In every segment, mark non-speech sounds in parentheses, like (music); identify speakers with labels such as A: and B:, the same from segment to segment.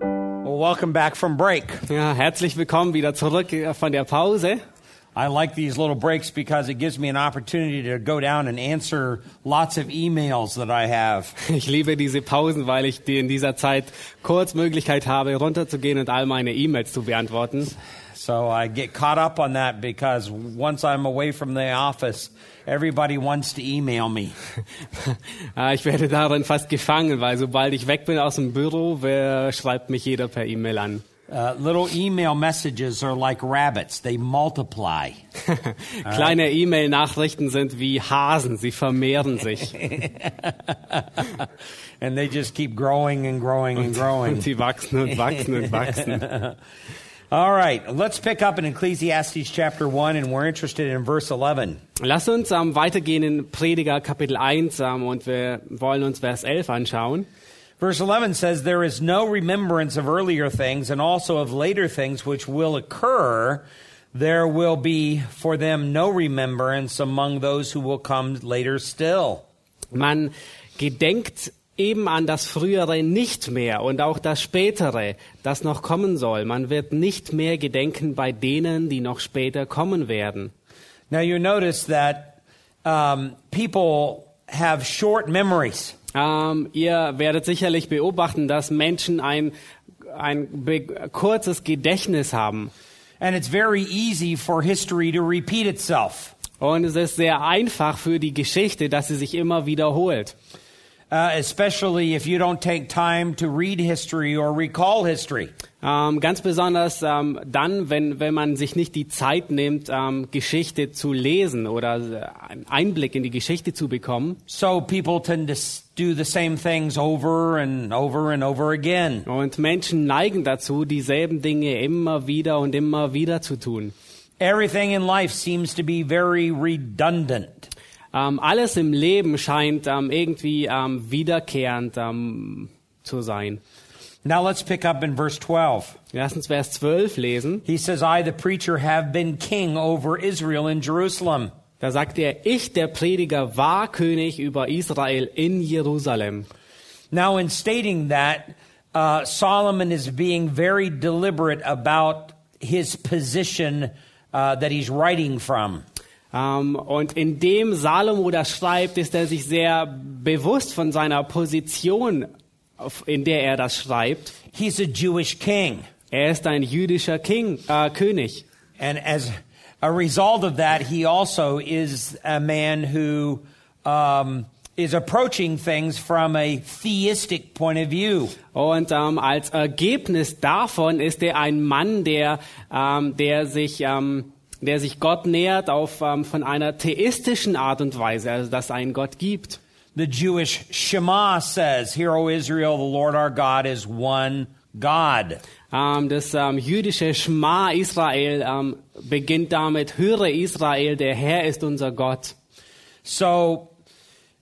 A: Well, welcome back from break.
B: Ja, herzlich willkommen wieder zurück äh, von der Pause.
A: I like these little breaks because it gives me an opportunity to go down and answer lots of emails that I have.
B: Ich liebe diese Pausen, weil ich die in dieser Zeit kurz Möglichkeit habe, runterzugehen und all meine E-Mails zu beantworten.
A: So I get caught up on that because once I'm away from the office, everybody wants to email me.
B: Äh, Ich werde darin fast gefangen, weil sobald ich weg bin aus dem Büro, wer schreibt mich jeder per E-Mail an.
A: Uh, little email messages are like rabbits, they multiply.
B: Kleine E-Mail-Nachrichten sind wie Hasen, sie vermehren sich
A: And they just keep growing and growing and
B: und
A: (laughs) growing.
B: sie wachsen und wachsen und wachsen.
A: All right, let's pick up in Ecclesiastes chapter 1, and we're interested in verse 11.
B: Lass uns ähm, weitergehen in Prediger Kapitel 1 ähm, und wir wollen uns Vers 11 anschauen.
A: Verse 11 says, There is no remembrance of earlier things and also of later things which will occur. There will be for them no remembrance among those who will come later still.
B: Man gedenkt eben an das Frühere nicht mehr und auch das Spätere, das noch kommen soll. Man wird nicht mehr gedenken bei denen, die noch später kommen werden.
A: Now you notice that um, people have short memories.
B: Ähm, ihr werdet sicherlich beobachten, dass Menschen ein, ein be- kurzes Gedächtnis haben.
A: And it's very easy for history to repeat itself.
B: Und es ist sehr einfach für die Geschichte, dass sie sich immer wiederholt.
A: Uh, especially if you don't take time to read history or recall history.
B: Ähm, ganz besonders ähm, dann, wenn, wenn man sich nicht die Zeit nimmt, ähm, Geschichte zu lesen oder äh, einen Einblick in die Geschichte zu bekommen.
A: So people tend to s- do the same things over and over and over again.
B: Und Menschen neigen dazu, dieselben Dinge immer wieder und immer wieder zu tun.
A: Everything in life seems to be very redundant.
B: Ähm, alles im Leben scheint ähm, irgendwie ähm, wiederkehrend ähm, zu sein.
A: Now let's pick up in verse 12.
B: Lass uns Vers 12 lesen.
A: He says, I, the preacher, have been king over Israel and Jerusalem.
B: Da sagt er, ich, der Prediger, war König über Israel in Jerusalem.
A: Now, in stating that, uh, Solomon is being very deliberate about his position uh, that he's writing from.
B: Ähm, und indem Salomo das schreibt, ist er sich sehr bewusst von seiner Position, auf- in der er das schreibt.
A: He's a Jewish king.
B: Er ist ein jüdischer King, äh, König.
A: And as a result of that, he also is a man who um, is approaching things from a theistic point of view.
B: Und ähm, als Ergebnis davon ist er ein Mann, der, ähm, der, sich, ähm, der sich Gott nähert auf, ähm, von einer theistischen Art und Weise, also dass es einen Gott gibt.
A: The Jewish Shema says, Hear, O Israel, the Lord our God is one God.
B: Ähm, das ähm, jüdische Schma Israel ähm, beginnt damit, höre Israel, der Herr ist unser Gott.
A: So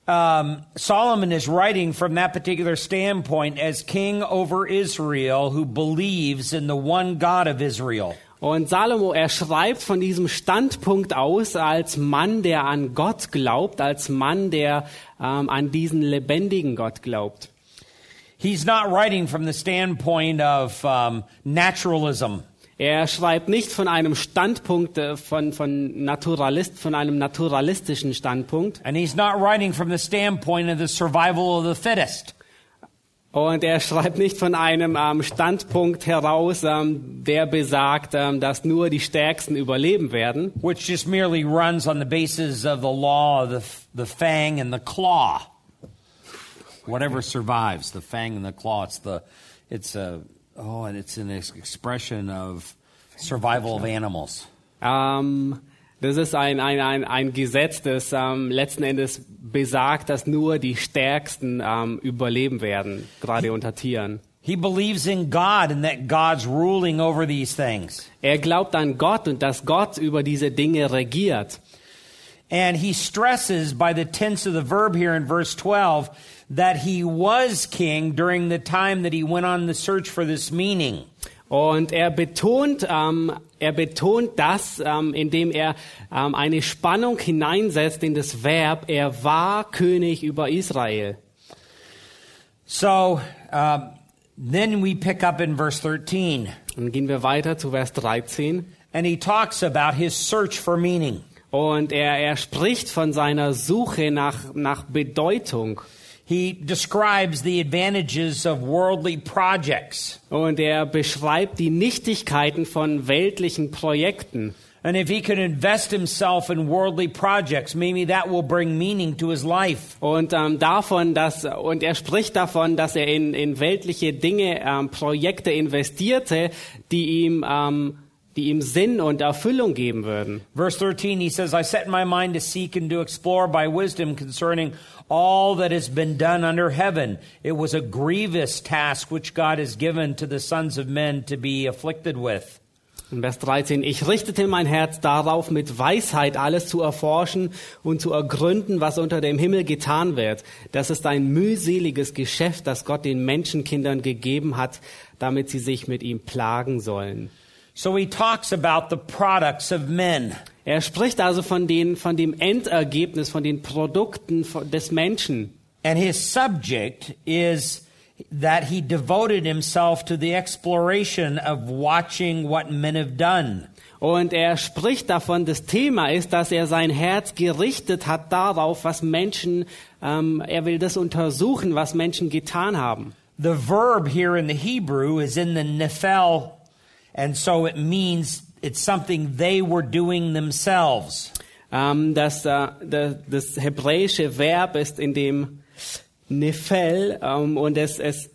A: um, Solomon is writing from that particular standpoint as king over Israel who believes in the one God of Israel.
B: Und Salomo, er schreibt von diesem Standpunkt aus als Mann, der an Gott glaubt, als Mann, der ähm, an diesen lebendigen Gott glaubt.
A: He's not writing from the standpoint of um, naturalism.
B: Er schreibt nicht von einem Standpunkt äh, von, von Naturalist, von einem naturalistischen Standpunkt.
A: And he's not writing from the standpoint of the survival of the fittest.
B: Und er schreibt nicht von einem ähm, Standpunkt heraus, ähm, der besagt, ähm, dass nur die Stärksten überleben werden,
A: which just merely runs on the basis of the law of the, f- the fang and the claw. Whatever survives, the fang and the claw. It's the, it's a, oh, and it's an ex- expression of survival of animals.
B: Ähm, das ist ein, ein, ein, ein Gesetz, das ähm, letzten Endes besagt, dass nur die Stärksten ähm, überleben werden, gerade unter Tieren.
A: He believes in God and that God's ruling over these things.
B: Er glaubt an Gott und dass Gott über diese Dinge regiert.
A: And he stresses by the tense of the verb here in verse 12 that he was king during the time that he went on the search for this meaning.
B: Und er betont, ähm, er betont das, ähm, indem er ähm, eine Spannung hineinsetzt in das Verb, er war König über Israel.
A: So um, then we pick up in verse 13,
B: Dann gehen wir weiter zu Vers 13.
A: and he talks about his search for meaning.
B: Und er, er spricht von seiner Suche nach, nach Bedeutung.
A: He describes the advantages of worldly projects.
B: Und er beschreibt die Nichtigkeiten von weltlichen Projekten.
A: And if he can invest himself in worldly projects, maybe that will bring meaning to his life.
B: Und ähm, davon, dass und er spricht davon, dass er in, in weltliche Dinge, ähm, Projekte investierte, die ihm, ähm, die ihm Sinn und Erfüllung geben würden.
A: Verse 13, he says, I set my mind to seek and to explore by wisdom concerning all that has been done under heaven. It was a grievous task which God has given to the sons of men to be afflicted with.
B: In Vers 13, ich richtete mein Herz darauf, mit Weisheit alles zu erforschen und zu ergründen, was unter dem Himmel getan wird. Das ist ein mühseliges Geschäft, das Gott den Menschenkindern gegeben hat, damit sie sich mit ihm plagen sollen.
A: So he talks about the products of men.
B: Er spricht also von, den, von dem Endergebnis, von den Produkten von- des Menschen.
A: And his subject is that he devoted himself to the exploration of watching what men have done.
B: Und er spricht davon, das Thema ist, dass er sein Herz gerichtet hat darauf, was Menschen, ähm, er will das untersuchen, was Menschen getan haben.
A: The verb here in the Hebrew is in the nephel, and so it means it's something they were doing themselves.
B: Ähm, das, äh, das, das hebräische Verb ist in dem Nefel ähm, und es, es,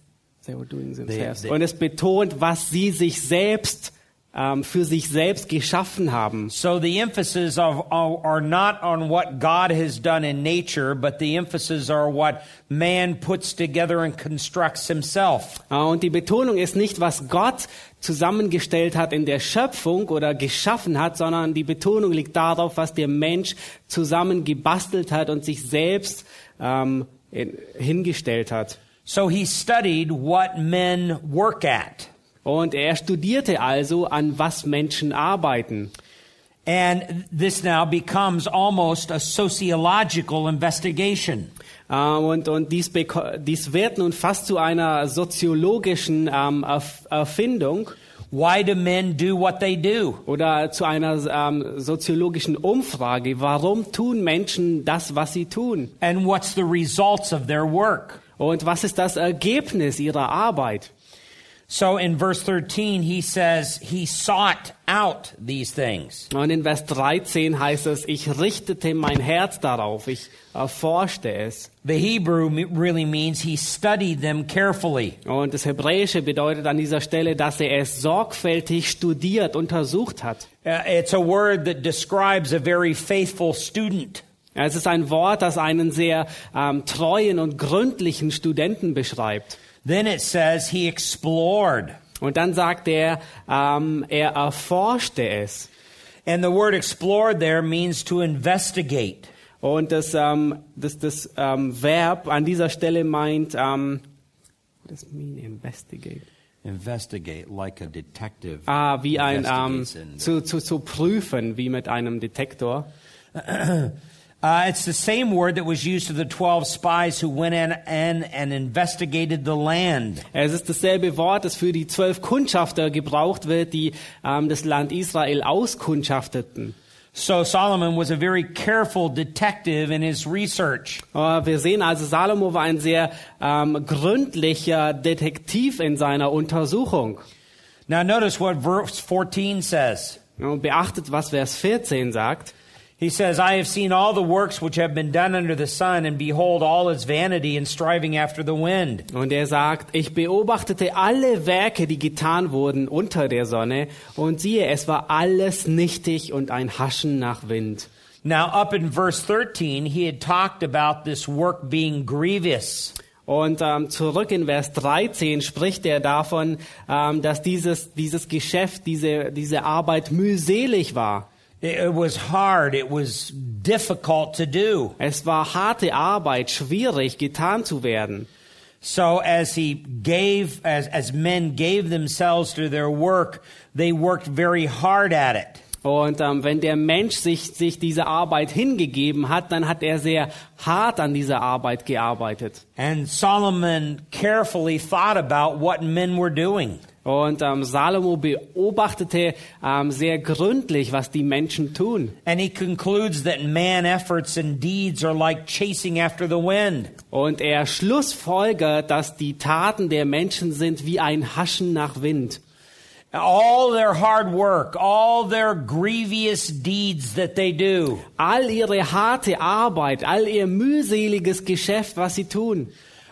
B: they were doing themselves.
A: They- they-
B: und es betont, was sie sich selbst, ähm, für sich selbst geschaffen haben.
A: So the emphasis of, are are not on what God has done in nature, but the emphasis are what man puts together and constructs himself.
B: Äh, Und die Betonung ist nicht, was Gott zusammengestellt hat in der Schöpfung oder geschaffen hat, sondern die Betonung liegt darauf, was der Mensch zusammengebastelt hat und sich selbst ähm, in- hingestellt hat.
A: So he studied what men work at.
B: Und er studierte also, an was Menschen arbeiten.
A: And this now becomes almost a sociological investigation.
B: Äh, Und, und dies, beko- dies wird nun fast zu einer soziologischen ähm, Erf Erfindung
A: Why do men do what they do?
B: oder zu einer ähm, soziologischen Umfrage. Warum tun Menschen das, was sie tun?
A: and what's the results of their work.
B: Und was ist das Ergebnis ihrer Arbeit?
A: So in verse 13, he says he sought out these things.
B: Und in Vers 13 heißt es, ich richtete mein Herz darauf, ich erforschte es.
A: The Hebrew me- really means he studied them carefully.
B: Und das Hebräische bedeutet an dieser Stelle, dass er es sorgfältig studiert, untersucht hat.
A: Uh, it's a word that describes a very faithful student.
B: Es ist ein Wort, das einen sehr ähm, treuen und gründlichen Studenten beschreibt.
A: Then it says he explored.
B: Und dann sagt er, ähm, er erforschte es.
A: And the word explored there means to investigate.
B: Und das, ähm, das, das ähm, Verb an dieser Stelle meint, ähm, what does mean investigate?
A: Investigate like a detective.
B: Ah, wie ein ähm, zu, zu, zu prüfen, wie mit einem Detektor.
A: Uh, it's the same word that was used to the 12 spies who went in and, and investigated the land.
B: Es ist dasselbe Wort, das für die zwölf Kundschafter gebraucht wird, die ähm, das Land Israel auskundschafteten.
A: So Solomon was a very careful detective in his research.
B: Äh, wir sehen also, Salomo war ein sehr ähm, gründlicher Detektiv in seiner Untersuchung.
A: Now notice what verse 14 says.
B: Und beachtet, was Vers 14 sagt.
A: He says, I have seen all the works which have been done under the sun, and behold, all is vanity and striving after the wind.
B: Und er sagt, ich beobachtete alle Werke, die getan wurden unter der Sonne, und siehe, es war alles nichtig und ein Haschen nach Wind.
A: Now, up in verse 13, he had talked about this work being grievous.
B: Und ähm, zurück in Vers 13 spricht er davon, ähm, dass dieses, dieses Geschäft, diese, diese Arbeit mühselig war.
A: It, it was hard. It was difficult to do.
B: Es war harte Arbeit, schwierig getan zu werden.
A: So as he gave, as, as men gave themselves to their work, they worked very hard at it.
B: Und ähm, wenn der Mensch sich, sich dieser Arbeit hingegeben hat, dann hat er sehr hart an dieser Arbeit gearbeitet.
A: And Solomon carefully thought about what men were doing.
B: Und ähm, Salomo beobachtete ähm, sehr gründlich, was die Menschen tun.
A: And he concludes that man efforts and deeds are like chasing after the wind.
B: Und er schlussfolgert, dass die Taten der Menschen sind wie ein Haschen nach Wind.
A: All their hard work, all their grievous deeds that they do,
B: All ihre harte Arbeit, all ihr mühseliges Geschäft, was sie tun,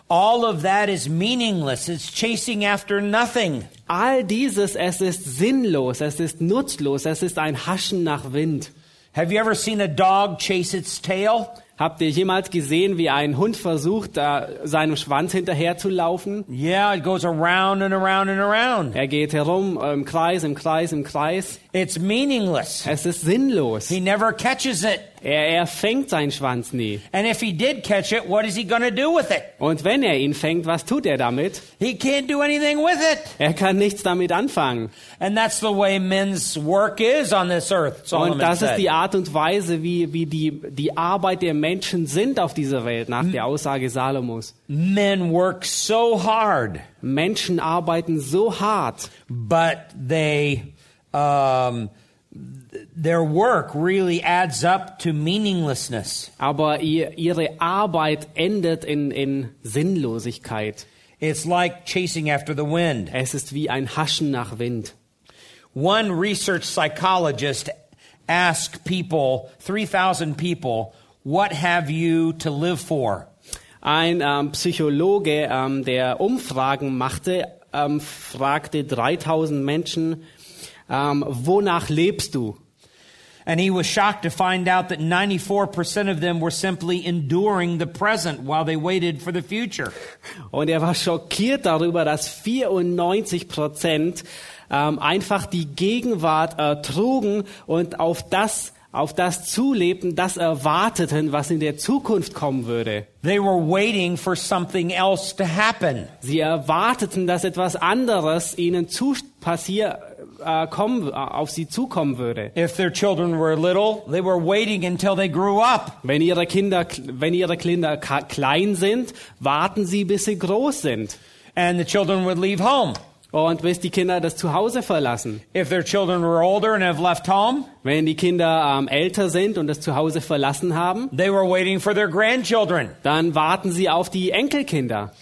A: all of that is meaningless. It's chasing after nothing.
B: all dieses, es ist sinnlos, es ist nutzlos, es ist ein Haschen nach Wind.
A: Have you ever seen a dog chase its tail?
B: Habt ihr jemals gesehen, wie ein Hund versucht, äh, seinem Schwanz hinterherzulaufen?
A: Yeah, it goes around and around and around.
B: Er geht herum äh, im Kreis, im Kreis, im Kreis.
A: It's meaningless.
B: Es ist sinnlos.
A: He never catches it.
B: Er, er fängt seinen Schwanz nie.
A: And if he did catch it, what is he going to do with it?
B: Und wenn er ihn fängt, was tut er damit?
A: He can't do anything with it.
B: Er kann nichts damit anfangen.
A: And that's the way men's work is on this earth, Solomon
B: Und das ist
A: said.
B: die Art und Weise, wie, wie die, die Arbeit der Menschen sind auf dieser Welt, nach der Aussage Salomos.
A: Men work so hard,
B: Menschen arbeiten so hart,
A: but they um, th- their work really adds up to meaninglessness.
B: aber ihr, ihre Arbeit endet in, in Sinnlosigkeit.
A: It's like chasing after the wind.
B: Es ist wie ein Haschen nach Wind.
A: One research psychologist asked people, 3,000 people, what have you to live for?
B: Ein ähm, Psychologe, ähm, der Umfragen machte, ähm, fragte 3000 Menschen, ähm, wonach lebst du?
A: And he was shocked to find out that 94% of them were simply enduring the present while they waited for the future.
B: Und er war schockiert darüber, dass 94 Prozent ähm, einfach die Gegenwart ertrugen und auf das, auf das zulebten, das erwarteten, was in der Zukunft kommen würde.
A: They were waiting for something else to happen.
B: Sie erwarteten, dass etwas anderes ihnen zu passier, äh, kommen, äh, auf sie zukommen würde.
A: If their children were little, they were waiting until they grew up.
B: Wenn ihre Kinder, wenn ihre Kinder ka- klein sind, warten sie, bis sie groß sind.
A: And the children would leave home.
B: Und bis die Kinder das Zuhause verlassen.
A: If their children were older and have left home,
B: Wenn die Kinder ähm, älter sind und das Zuhause verlassen haben,
A: they were waiting for their grandchildren.
B: dann warten sie auf die Enkelkinder.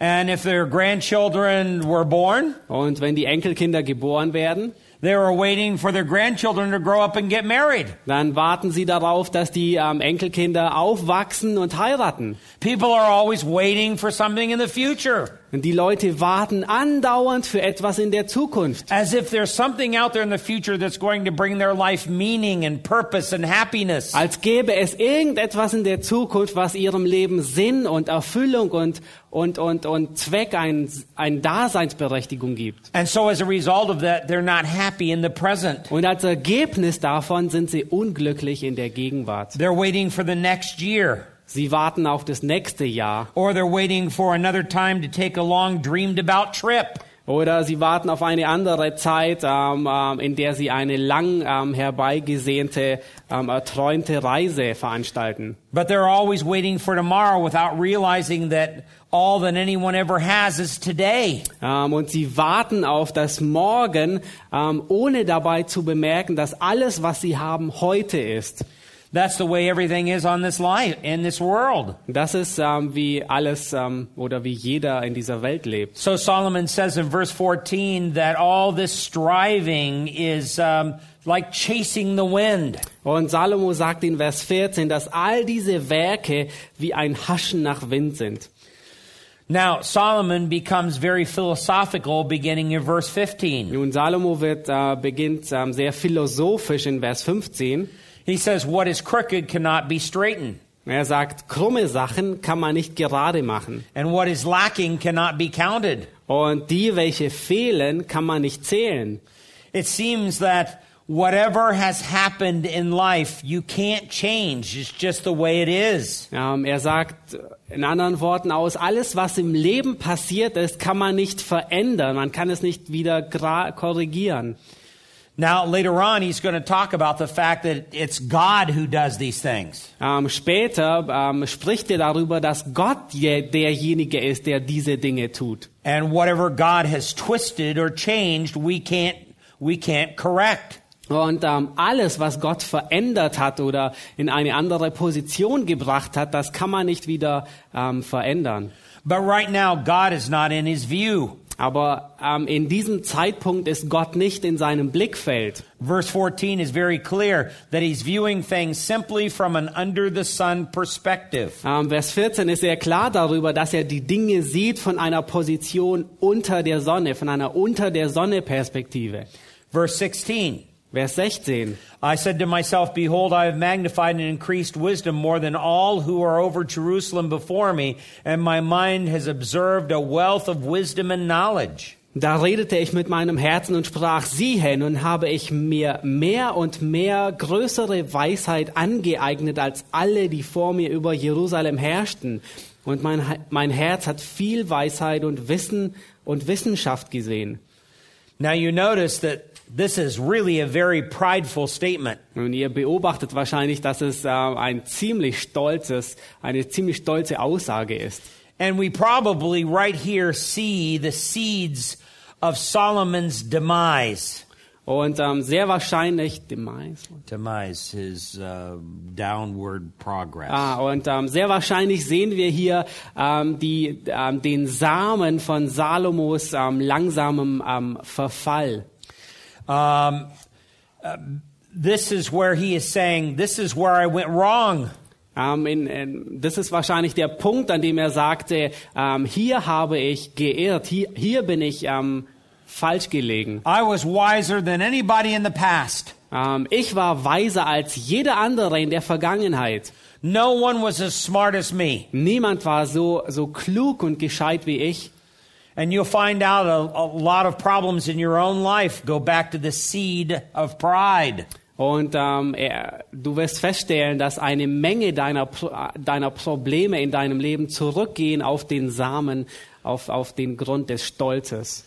A: And if their grandchildren were born,
B: Und wenn die Enkelkinder geboren werden,
A: they were waiting for their grandchildren to grow up and get married.
B: dann warten sie darauf, dass die ähm, Enkelkinder aufwachsen und heiraten.
A: People are always waiting for something in the future.
B: Und die Leute warten andauernd für etwas in der Zukunft.
A: As if there's something out there in the future that's going to bring their life meaning and purpose and happiness.
B: Als gäbe es irgendetwas in der Zukunft, was ihrem Leben Sinn und Erfüllung und, und, und, und Zweck, ein, ein Daseinsberechtigung gibt.
A: And so as a result of that, they're not happy in the present.
B: Und als Ergebnis davon sind sie unglücklich in der Gegenwart.
A: They're waiting for the next year.
B: Sie warten auf das nächste Jahr
A: Or they're waiting for another time to take a long dreamed about trip.
B: oder sie warten auf eine andere Zeit, ähm, ähm, in der sie eine lang ähm, herbeigesehnte, ähm, erträumte Reise veranstalten.
A: But they're always waiting for tomorrow without realizing that all that anyone ever has is today.
B: Ähm, und sie warten auf das Morgen, ähm, ohne dabei zu bemerken, dass alles, was sie haben, heute ist.
A: That's the way everything is on this life, in this world.
B: Das ist ähm, wie alles ähm, oder wie jeder in dieser Welt lebt.
A: So Solomon says in verse 14 that all this striving is um, like chasing the wind.
B: Und Salomo sagt in Vers 14, dass all diese Werke wie ein Haschen nach Wind sind.
A: Now, Solomon becomes very philosophical beginning in verse 15.
B: Nun, Salomo wird, äh, beginnt ähm, sehr philosophisch in Vers 15.
A: He says, What is crooked cannot be straightened,
B: Er sagt, krumme Sachen kann man nicht gerade machen.
A: and what is lacking cannot be counted.
B: Und die, welche fehlen, kann man nicht zählen.
A: It seems that whatever has happened in life, you can't change. It's just the way it is.
B: Ähm, er sagt in anderen Worten aus, alles, was im Leben passiert ist, kann man nicht verändern. Man kann es nicht wieder gra- korrigieren.
A: Now, later on, he's going to talk about the fact that it's God who does these things.
B: Ähm, später ähm, spricht er darüber, dass Gott je, derjenige ist, der diese Dinge tut.
A: And whatever God has twisted or changed, we can't, we can't correct.
B: Und ähm, alles, was Gott verändert hat oder in eine andere Position gebracht hat, das kann man nicht wieder ähm, verändern.
A: But right now, God is not in his view.
B: Aber ähm, in diesem Zeitpunkt ist Gott nicht in seinem Blickfeld.
A: Verse 14 is very clear that he's viewing things simply from an under the sun perspective.
B: Ähm, Vers 14 ist sehr klar darüber, dass er die Dinge sieht von einer Position unter der Sonne, von einer unter der Sonne Perspektive.
A: Verse 16.
B: Vers 16.
A: I said to myself, Behold, I have magnified and increased wisdom more than all who are over Jerusalem before me, and my mind has observed a wealth of wisdom and knowledge.
B: Da redete ich mit meinem Herzen und sprach, sieh her, nun habe ich mir mehr und mehr größere Weisheit angeeignet als alle, die vor mir über Jerusalem herrschten. Und mein, He- mein Herz hat viel Weisheit und Wissen und Wissenschaft gesehen.
A: Now you notice that this is really a very prideful statement.
B: Und ihr beobachtet wahrscheinlich, dass es äh, ein ziemlich stolzes, eine ziemlich stolze Aussage ist.
A: And we probably right here see the seeds of Solomon's demise.
B: Und ähm, sehr wahrscheinlich Demise.
A: Demise, his uh, downward progress.
B: Ah, und ähm, sehr wahrscheinlich sehen wir hier ähm, die, ähm, den Samen von Salomos ähm, langsamem ähm, Verfall.
A: Um, uh, this is where he is saying, This is where I went wrong.
B: Ähm, in, in, das ist wahrscheinlich der Punkt, an dem er sagte, ähm, hier habe ich geirrt, hier, hier bin ich ähm, falsch gelegen.
A: I was wiser than anybody in the past.
B: Ähm, ich war weiser als jeder andere in der Vergangenheit.
A: No one was as smart as me.
B: Niemand war so, so klug und gescheit wie ich.
A: And you'll find out a, a lot of problems in your own life go back to the seed of pride.
B: Und ähm, er, du wirst feststellen, dass eine Menge deiner, Pro- deiner Probleme in deinem Leben zurückgehen auf den Samen, auf, auf den Grund des Stolzes.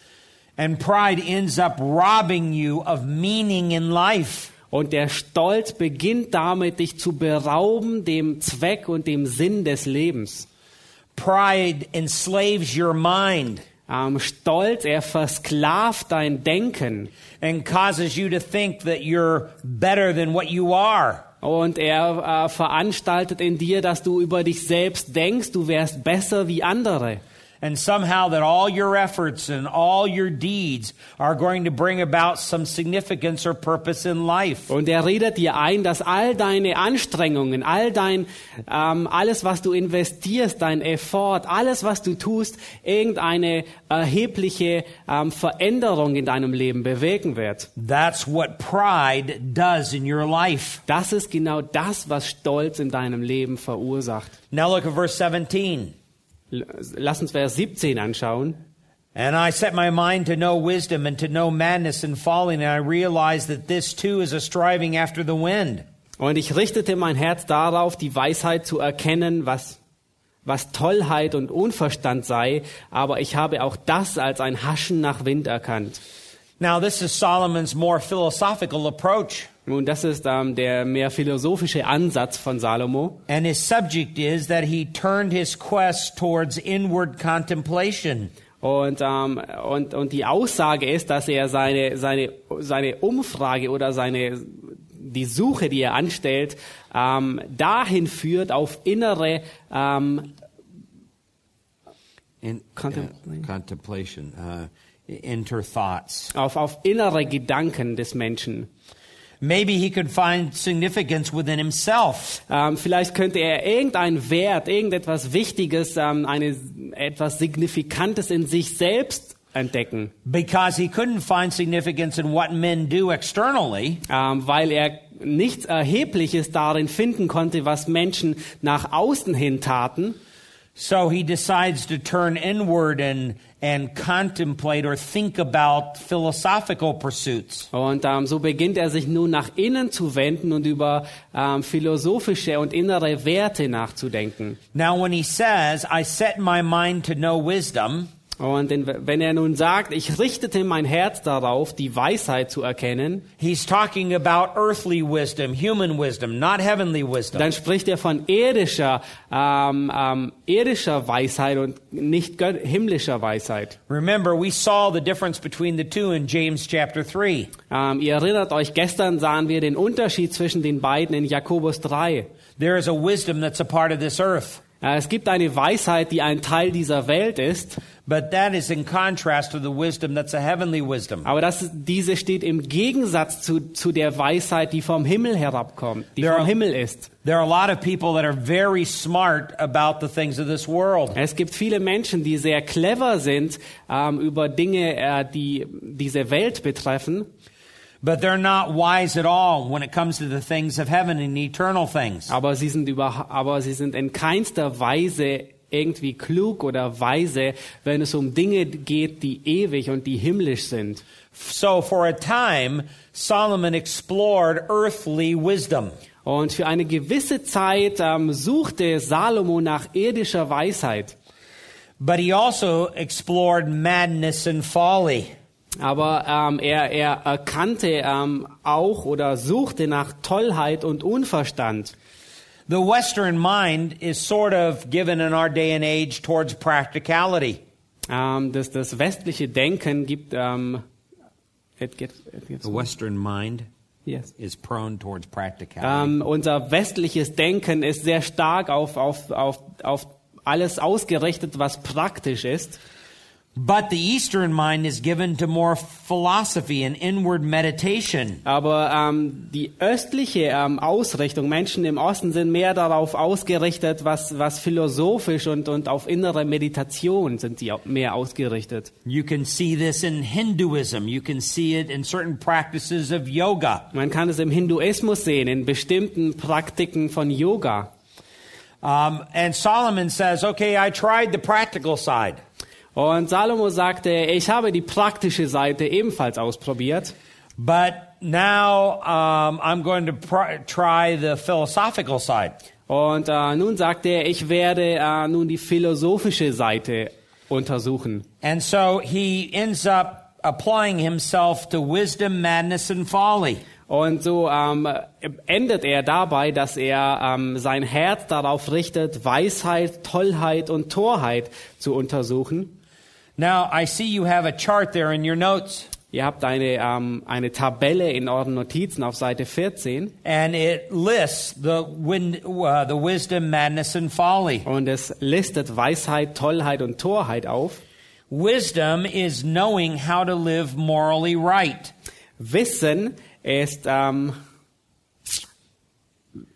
A: And pride ends up robbing you of meaning in life.
B: Und der Stolz beginnt damit, dich zu berauben dem Zweck und dem Sinn des Lebens.
A: Pride enslaves your mind
B: Ähm, Stolz, er versklavt dein Denken
A: and causes you to think that you're better than what you are.
B: und er äh, veranstaltet in dir, dass du über dich selbst denkst, du wärst besser wie andere.
A: And somehow that all your efforts and all your deeds are going to bring about some significance or purpose in life.
B: Und er redet dir ein, dass all deine Anstrengungen, all dein, ähm, alles, was du investierst, dein Effort, alles, was du tust, irgendeine erhebliche ähm, Veränderung in deinem Leben bewirken wird.
A: That's what pride does in your life.
B: Das ist genau das, was Stolz in deinem Leben verursacht.
A: Now look at verse 17.
B: L- Lass uns Vers 17 anschauen.
A: And I set my mind to know wisdom and to know madness and folly, and I realized that this too is a striving after the wind.
B: Und ich richtete mein Herz darauf, die Weisheit zu erkennen, was, was Tollheit und Unverstand sei, aber ich habe auch das als ein Haschen nach Wind erkannt.
A: Now, this is Solomon's more philosophical approach,
B: Nun, das ist ähm, der mehr philosophische Ansatz von Salomo.
A: and his subject is that he turned his quest towards inward contemplation.
B: Und, ähm, und, und die Aussage ist, dass er seine, seine, seine Umfrage oder seine, die Suche, die er anstellt, ähm, dahin führt auf innere ähm,
A: In,
B: Contempl-
A: contemplation, uh, inter thoughts.
B: auf, auf innere Gedanken des Menschen.
A: Maybe he could find significance within himself.
B: Ähm, vielleicht könnte er irgendeinen Wert, irgendetwas Wichtiges, ähm, eine, etwas Signifikantes in sich selbst entdecken.
A: because he couldn't find significance in what men do externally,
B: ähm, weil er nichts Erhebliches darin finden konnte, was Menschen nach außen hin taten,
A: So he decides to turn inward and, and contemplate or think about philosophical pursuits.
B: Und ähm, so beginnt er sich nun nach innen zu wenden und über ähm, philosophische und innere Werte nachzudenken.
A: Now, when he says, I set my mind to know wisdom,
B: Und in, wenn er nun sagt, ich richtete mein Herz darauf, die Weisheit zu erkennen,
A: he's talking about earthly wisdom, human wisdom, not heavenly wisdom.
B: dann spricht er von irdischer, ähm, ähm, irdischer Weisheit und nicht gött- himmlischer Weisheit.
A: Remember, we saw the difference between the two in James chapter 3.
B: Ähm, ihr erinnert euch, gestern sahen wir den Unterschied zwischen den beiden in Jakobus 3.
A: There is a wisdom that's a part of this earth,
B: Äh, es gibt eine Weisheit, die ein Teil dieser Welt ist.
A: but that is in contrast to the wisdom that's a heavenly wisdom.
B: Aber das, diese steht im Gegensatz zu, zu der Weisheit, die vom Himmel herabkommt, die
A: Der-
B: vom Himmel ist.
A: There are a lot of people that are very smart about the things of this world.
B: Es gibt viele Menschen, die sehr clever sind ähm, über Dinge, äh, die diese Welt betreffen,
A: But they're not wise at all when it comes to the things of heaven and eternal things.
B: aber sie sind, über, aber sie sind in keinster Weise irgendwie klug oder weise, wenn es um Dinge geht, die ewig und die himmlisch sind.
A: So, for a time, Solomon explored earthly wisdom.
B: Und für eine gewisse Zeit ähm, suchte Salomo nach irdischer Weisheit.
A: But he also explored madness and folly.
B: Aber ähm, er, er erkannte ähm, auch oder suchte nach Tollheit und Unverstand.
A: The Western mind is sort of given in our day and age towards practicality.
B: Ähm, das, das westliche Denken gibt. Ähm, it get, it gets,
A: Western mind
B: yes.
A: is prone towards practicality.
B: ähm, unser westliches Denken ist sehr stark auf, auf, auf, auf alles ausgerichtet, was praktisch ist.
A: but the Eastern mind is given to more philosophy and inward meditation.
B: Aber ähm, die östliche ähm, Ausrichtung, Menschen im Osten sind mehr darauf ausgerichtet, was, was philosophisch und, und auf innere Meditation sind sie au- mehr ausgerichtet.
A: You can see this in Hinduism. You can see it in certain practices of yoga.
B: Man kann es im Hinduismus sehen, in bestimmten Praktiken von Yoga.
A: Um, and Solomon says, okay, I tried the practical side.
B: Und Salomo sagte, ich habe die praktische Seite ebenfalls ausprobiert,
A: But now um, I'm going to pr- try the philosophical side.
B: Und äh, nun sagt er, ich werde äh, nun die philosophische Seite untersuchen.
A: And so he ends up applying himself to wisdom, madness, and folly.
B: Und so ähm, endet er dabei, dass er ähm, sein Herz darauf richtet, Weisheit, Tollheit und Torheit zu untersuchen.
A: Now, I see you have a chart there in your notes,
B: Ihr habt eine, ähm, eine Tabelle in euren Notizen auf Seite 14
A: and it lists the, win- uh, the wisdom, madness, and folly.
B: und es listet Weisheit, Tollheit und Torheit auf.
A: Wisdom is knowing how to live morally right.
B: Wissen ist, ähm,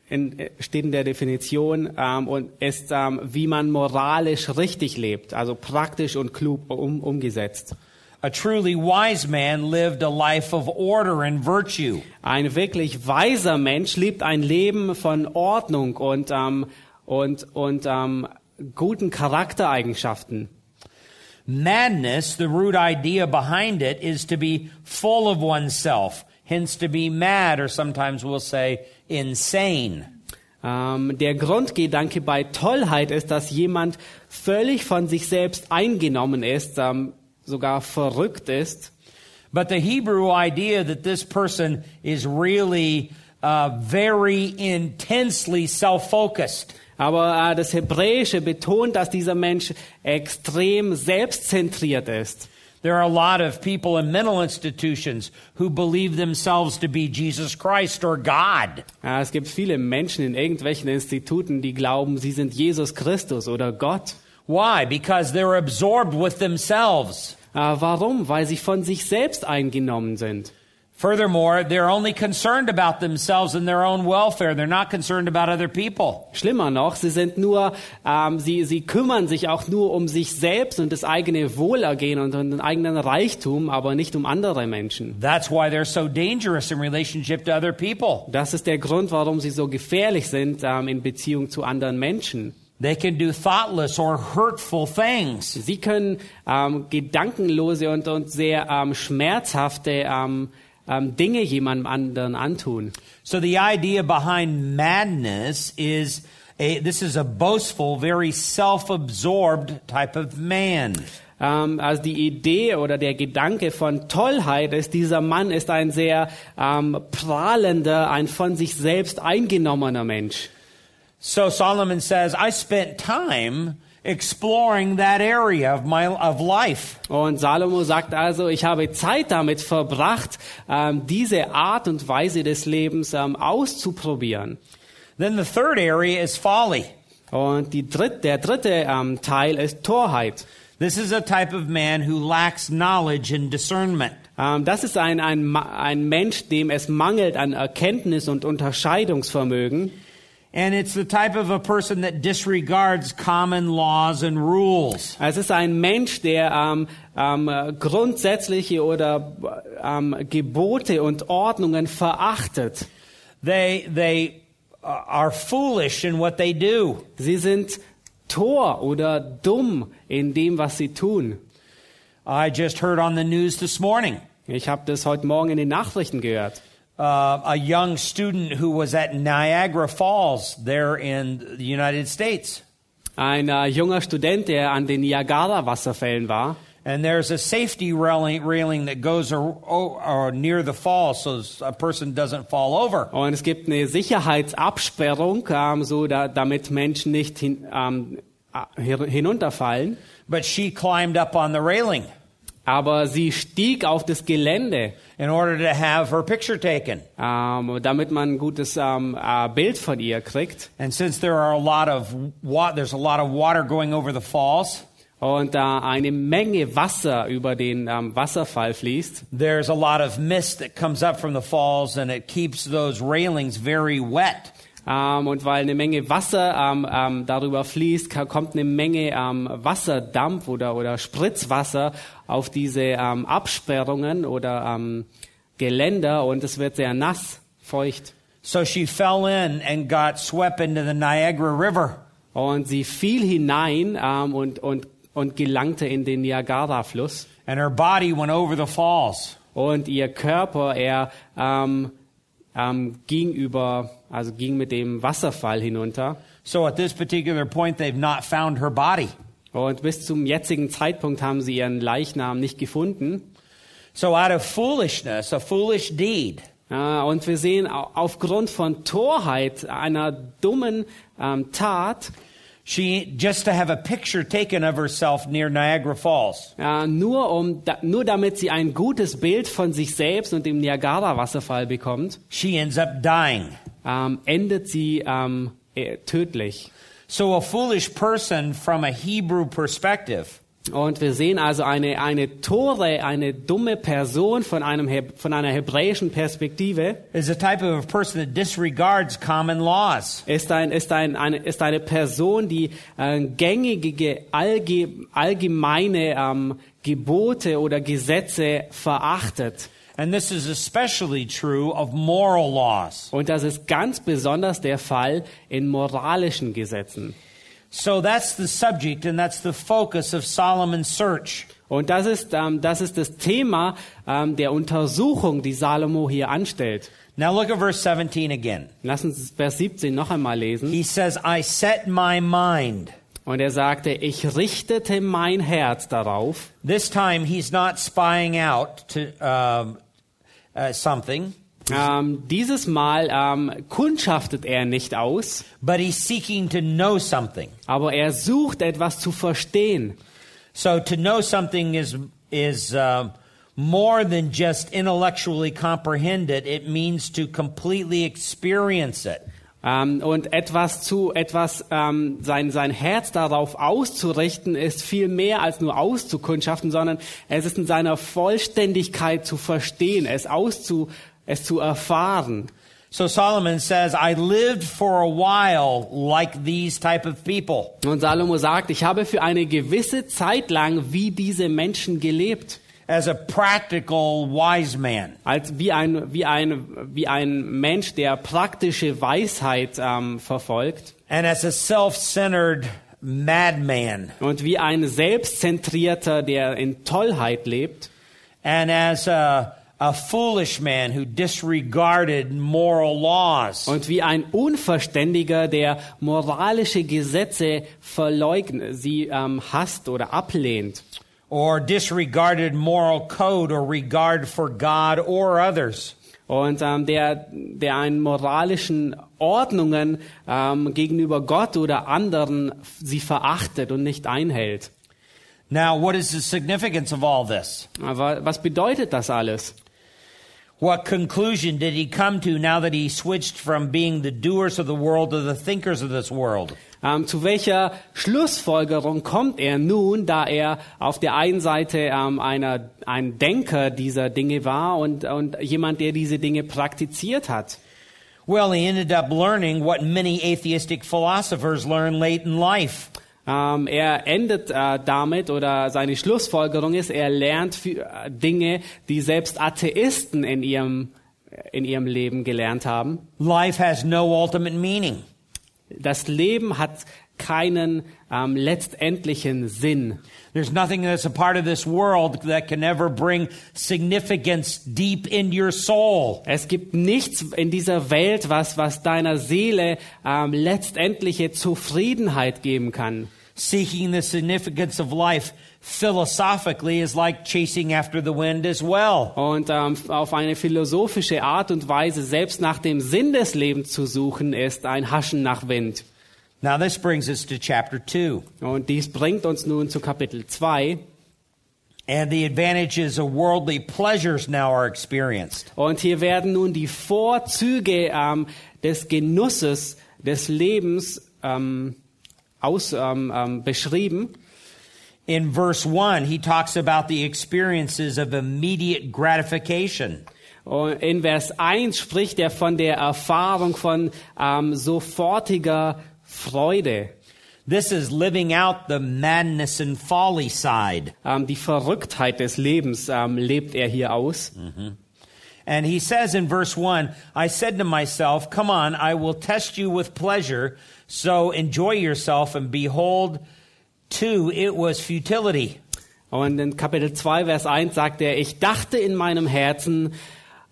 B: in, äh, steht in der Definition, ähm, und ist, ähm, wie man moralisch richtig lebt, also praktisch und klug um, umgesetzt.
A: A truly wise man lived a life of order and virtue.
B: Ein wirklich weiser Mensch lebt ein Leben von Ordnung und, ähm, und, und ähm, guten Charaktereigenschaften.
A: Madness, the root idea behind it, is to be full of oneself, hence to be mad, or sometimes we'll say insane.
B: Ähm, der Grundgedanke bei Tollheit ist, dass jemand völlig von sich selbst eingenommen ist, ähm, sogar verrückt ist.
A: But the Hebrew idea that this person is really uh, very intensely self focused.
B: Aber äh, das Hebräische betont, dass dieser Mensch extrem selbstzentriert ist.
A: There are a lot of people in mental institutions who believe themselves to be Jesus Christ or God.
B: Äh, es gibt viele Menschen in irgendwelchen Instituten, die glauben, sie sind Jesus Christus oder Gott.
A: Why? Because they're absorbed with themselves.
B: Äh, warum? Weil sie von sich selbst eingenommen sind.
A: Furthermore, they're only concerned about themselves and their own welfare. They're not concerned about other people.
B: Schlimmer noch, sie sind nur, ähm, sie, sie kümmern sich auch nur um sich selbst und das eigene Wohlergehen und um den eigenen Reichtum, aber nicht um andere Menschen.
A: That's why they're so dangerous in relationship to other people.
B: Das ist der Grund, warum sie so gefährlich sind ähm, in Beziehung zu anderen Menschen.
A: They can do thoughtless or hurtful things.
B: Sie können ähm, gedankenlose und, und sehr ähm, schmerzhafte ähm, ähm, Dinge jemandem anderen antun.
A: So the idea behind madness is a, this is a boastful, very self-absorbed type of man.
B: Ähm, also die Idee oder der Gedanke von Tollheit ist, dieser Mann ist ein sehr ähm, prahlender, ein von sich selbst eingenommener Mensch.
A: So Solomon says, I spent time exploring that area of my of life.
B: Und Salomo sagt also, ich habe Zeit damit verbracht, ähm, diese Art und Weise des Lebens ähm, auszuprobieren.
A: Then the third area is folly.
B: Und die dritt, der dritte ähm, Teil ist Torheit.
A: This is a type of man who lacks knowledge and discernment.
B: Ähm, das ist ein, ein, Ma- ein Mensch, dem es mangelt an Erkenntnis und Unterscheidungsvermögen.
A: And it's the type of a person that disregards common laws and rules.
B: Es ist ein Mensch, der ähm, ähm, äh, grundsätzliche oder ähm, Gebote und Ordnungen verachtet.
A: They they uh, are foolish in what they do.
B: Sie sind tor oder dumm in dem, was sie tun.
A: I just heard on the news this morning
B: Ich habe das heute Morgen in den Nachrichten gehört.
A: uh, a young student who was at Niagara Falls there in the United States.
B: Ein äh, junger Student, der an den Niagara-Wasserfällen war.
A: And there's a safety railing, railing that goes ar- o- or near the fall so s- a person doesn't fall over.
B: Und es gibt eine Sicherheitsabsperrung, ähm, so da, damit Menschen nicht hin, ähm, äh, hin- hinunterfallen.
A: But she climbed up on the railing
B: Aber sie stieg auf das Gelände,
A: in order to have her picture taken.
B: ähm, damit man ein gutes ähm, äh, Bild von ihr kriegt.
A: And since there are a lot of wa- there's a lot of water going over the falls,
B: Und da eine Menge Wasser über den ähm, Wasserfall fließt,
A: there's a lot of mist that comes up from the falls and it keeps those railings very wet.
B: Ähm, und weil eine Menge Wasser ähm, ähm, darüber fließt, ka- kommt eine Menge ähm, Wasserdampf oder, oder Spritzwasser auf diese ähm, Absperrungen oder ähm, Geländer und es wird sehr nass, feucht.
A: So she fell in and got swept into the Niagara River.
B: Und sie fiel hinein ähm, und, und, und gelangte in den Niagara-Fluss.
A: And her body went over the falls.
B: Und ihr Körper, er ähm, ähm, ging über, also ging mit dem Wasserfall hinunter.
A: So at this particular point, they've not found her body.
B: Und bis zum jetzigen Zeitpunkt haben sie ihren Leichnam nicht gefunden.
A: So out of foolishness, a foolish deed,
B: Äh, Und wir sehen au- aufgrund von Torheit einer dummen ähm, Tat,
A: she just to have a picture taken of herself near Niagara Falls.
B: äh, nur, um, da, nur damit sie ein gutes Bild von sich selbst und dem Niagara-Wasserfall bekommt,
A: She ends up dying.
B: ähm, endet sie ähm, äh, tödlich.
A: So a foolish person from a Hebrew perspective
B: Und wir sehen also eine, eine Tore, eine dumme Person von, einem, Heb- von einer hebräischen Perspektive,
A: is a type of a person that disregards common laws.
B: ist, ein, ist, ein, eine, ist eine Person, die äh, gängige, allge, allgemeine ähm, Gebote oder Gesetze verachtet.
A: And this is especially true of moral laws.
B: Und das ist ganz besonders der Fall in moralischen Gesetzen.
A: So that's the subject and that's the focus of Solomon's search.
B: Und das ist, ähm, das ist das Thema ähm, der Untersuchung, die Salomo hier anstellt.
A: Now look at verse 17 again.
B: Lass uns Vers 17 noch einmal lesen.
A: He says, I set my mind.
B: Und er sagte, ich richtete mein Herz darauf.
A: This time he's not spying out to um, uh, something,
B: Ähm, dieses Mal ähm, kundschaftet er nicht aus,
A: but he's seeking to know something.
B: Aber er sucht etwas zu verstehen.
A: So to know something is is um, more than just intellectually comprehend it. It means to completely experience it.
B: Ähm, und etwas zu, etwas, ähm, sein, sein Herz darauf auszurichten, ist viel mehr als nur auszukundschaften, sondern es ist in seiner Vollständigkeit zu verstehen, es auszu, es zu erfahren.
A: So Solomon says, I lived for a while like these type of people.
B: Und Salomo sagt, ich habe für eine gewisse Zeit lang wie diese Menschen gelebt.
A: As a practical wise man,
B: Als wie ein, wie ein, wie ein Mensch, der praktische Weisheit ähm, verfolgt
A: and as a self-centered madman,
B: und wie ein Selbstzentrierter, der in Tollheit lebt
A: and as a, a foolish man who disregarded moral laws.
B: und wie ein Unverständiger, der moralische Gesetze verleugnet, sie ähm, hasst oder ablehnt
A: or disregarded moral code or regard for God or others.
B: und ähm, der, der einen moralischen Ordnungen ähm, gegenüber Gott oder anderen f- sie verachtet und nicht einhält.
A: Now, what is the significance of all this?
B: Aber was bedeutet das alles?
A: What conclusion did he come to now that he switched from being the doers of the world to the thinkers of this world?
B: Ähm, zu welcher Schlussfolgerung kommt er nun, da er auf der einen Seite ähm, einer, ein Denker dieser Dinge war und, und jemand, der diese Dinge praktiziert hat?
A: Well, he ended up learning what many atheistic philosophers learn late in life.
B: Ähm, er endet äh, damit oder seine Schlussfolgerung ist, er lernt für, äh, Dinge, die selbst Atheisten in ihrem, in ihrem Leben gelernt haben.
A: Life has no ultimate meaning.
B: Das Leben hat keinen ähm, letztendlichen Sinn.
A: There's nothing that's a part of this world that can ever bring significance deep into your soul.
B: Es gibt nichts in dieser Welt, was, was deiner Seele ähm, letztendliche Zufriedenheit geben kann.
A: seeking the significance of life philosophically is like chasing after the wind as well.
B: Und ähm, auf eine philosophische Art und Weise selbst nach dem Sinn des Lebens zu suchen, ist ein Haschen nach Wind.
A: Now, this brings us to chapter 2
B: Und dies bringt uns nun zu Kapitel 2.
A: and the advantages of worldly pleasures now are experienced.
B: Und hier werden nun die Vorzüge ähm, des Genusses des Lebens ähm, aus, ähm, ähm, beschrieben.
A: In verse 1, he talks about the experiences of immediate gratification.
B: Und in Vers 1 spricht er von der Erfahrung von ähm, sofortiger Freude,
A: This is living out the madness and folly side.
B: ähm, die Verrücktheit des Lebens ähm, lebt er hier aus.
A: And he says in verse 1, I said to myself, Come on, I will test you with pleasure, so enjoy yourself. And behold, two, it was futility.
B: Und in Kapitel 2, Vers 1 sagt er, ich dachte in meinem Herzen,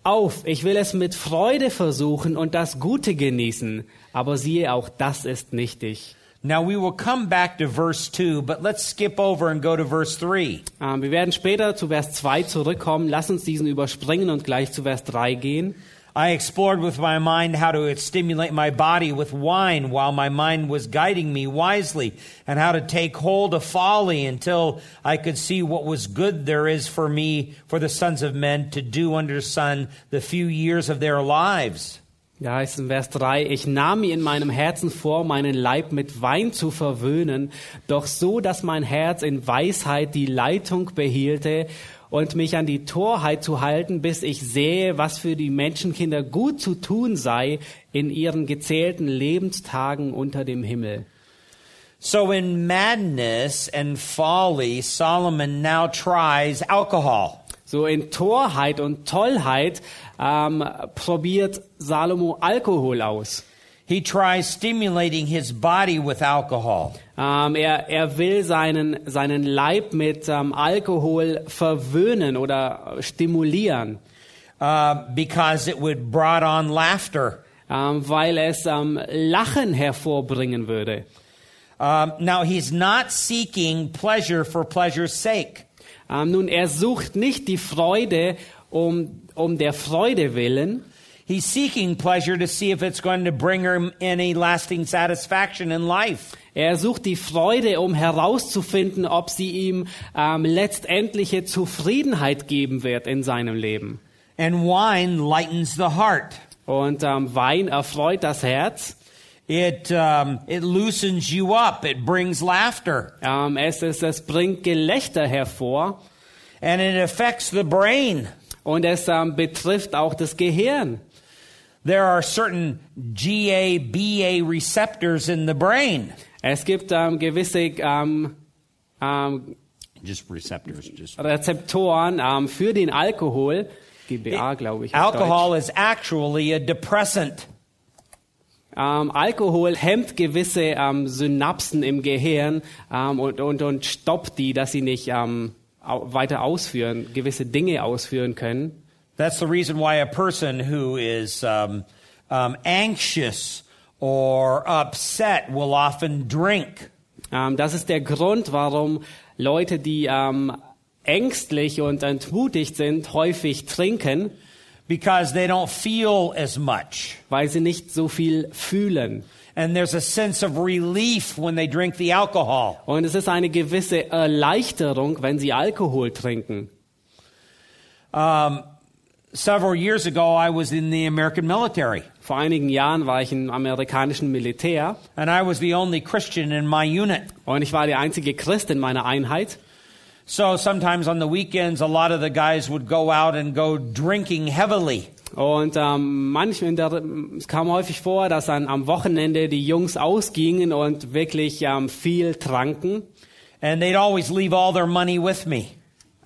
B: auf, ich will es mit Freude versuchen und das Gute genießen. Aber siehe, auch das ist nichtig.
A: Now we will come back to verse 2, but let's skip over and go to verse 3.
B: Ähm, wir werden später zu Vers 2 zurückkommen. Lass uns diesen überspringen und gleich zu Vers 3 gehen.
A: I explored with my mind how to stimulate my body with wine while my mind was guiding me wisely, and how to take hold of folly until I could see what was good there is for me, for the sons of men to do under the sun the few years of their lives.
B: Da heißt es in Vers 3, ich nahm mir in meinem Herzen vor, meinen Leib mit Wein zu verwöhnen, doch so, dass mein Herz in Weisheit die Leitung behielte und mich an die Torheit zu halten, bis ich sehe, was für die Menschenkinder gut zu tun sei in ihren gezählten Lebenstagen unter dem Himmel.
A: So, in madness and folly, Solomon now tries alcohol.
B: So in Torheit und Tollheit ähm, probiert Salomo Alkohol aus.
A: He tries stimulating his body with alcohol.
B: Ähm, er, er will seinen, seinen Leib mit ähm, Alkohol verwöhnen oder stimulieren,
A: Uh, because it would brought on laughter.
B: ähm, weil es ähm, Lachen hervorbringen würde.
A: Um, now, he's not seeking pleasure for pleasure's sake.
B: Ähm, nun, er sucht nicht die Freude um, um der Freude willen,
A: He's seeking pleasure to see if it's going to bring him any lasting satisfaction in life.
B: er sucht die Freude, um herauszufinden, ob sie ihm ähm, letztendliche Zufriedenheit geben wird in seinem Leben.
A: And wine lightens the heart.
B: Und ähm, Wein erfreut das Herz
A: It, um, it loosens you up. It brings laughter.
B: Ähm, es, es, es bringt Gelächter hervor
A: And it affects the brain.
B: und es ähm, betrifft auch das Gehirn.
A: There are certain GABA receptors in the brain.
B: Es gibt ähm, gewisse ähm, ähm,
A: Just receptors. Just
B: Rezeptoren ähm, für den Alkohol. GBA, glaube ich. auf
A: Alcohol is actually a depressant.
B: Deutsch. Ähm, Alkohol hemmt gewisse ähm, Synapsen im Gehirn ähm, und, und, und stoppt die, dass sie nicht ähm, au weiter ausführen, gewisse Dinge ausführen können.
A: That's the reason why a person who is um, um, anxious or upset will often drink.
B: Ähm, das ist der Grund, warum Leute, die ähm, ängstlich und entmutigt sind, häufig trinken,
A: because they don't feel as much.
B: weil sie nicht so viel fühlen.
A: And there's a sense of relief when they drink the alcohol.
B: Und es ist eine gewisse Erleichterung, wenn sie Alkohol trinken.
A: Several years ago, I was in the American military,
B: Vor einigen Jahren war ich im amerikanischen Militär
A: and I was the only Christian in my unit.
B: und ich war der einzige Christ in meiner Einheit.
A: So sometimes on the weekends, a lot of the guys would go out and go drinking heavily.
B: Und ähm, manchmal, in der, es kam häufig vor, dass an, am Wochenende die Jungs ausgingen und wirklich ähm, viel tranken.
A: And they'd always leave all their money with me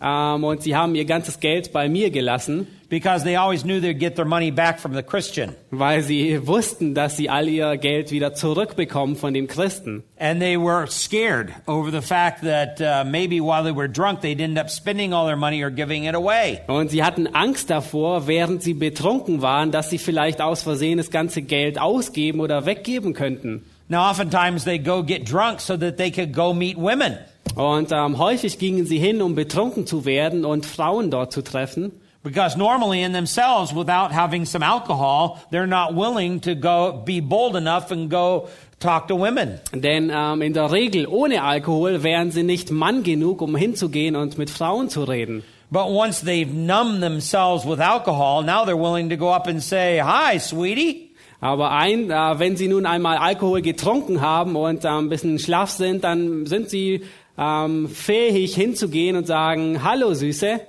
B: Ähm, und sie haben ihr ganzes Geld bei mir gelassen,
A: because they always knew they'd get their money back from the Christian.
B: weil sie wussten, dass sie all ihr Geld wieder zurückbekommen von dem Christen.
A: And they were scared over the fact that uh, maybe while they were drunk, they'd end up spending all their money or giving it away.
B: Und sie hatten Angst davor, während sie betrunken waren, dass sie vielleicht aus Versehen das ganze Geld ausgeben oder weggeben könnten.
A: Now, oftentimes they go get drunk so that they could go meet women.
B: Und ähm, häufig gingen sie hin, um betrunken zu werden und Frauen dort zu treffen,
A: Because normally in themselves, without having some alcohol, they're not willing to go be bold enough and go talk to women.
B: denn ähm, in der Regel ohne Alkohol wären sie nicht Mann genug, um hinzugehen und mit Frauen zu reden.
A: But once they've numbed themselves with alcohol, now they're willing to go up and say, Hi, sweetie.
B: Aber ein, äh, wenn sie nun einmal Alkohol getrunken haben und äh, ein bisschen schlaff sind, dann sind sie ähm, fähig hinzugehen und sagen, hallo Süße.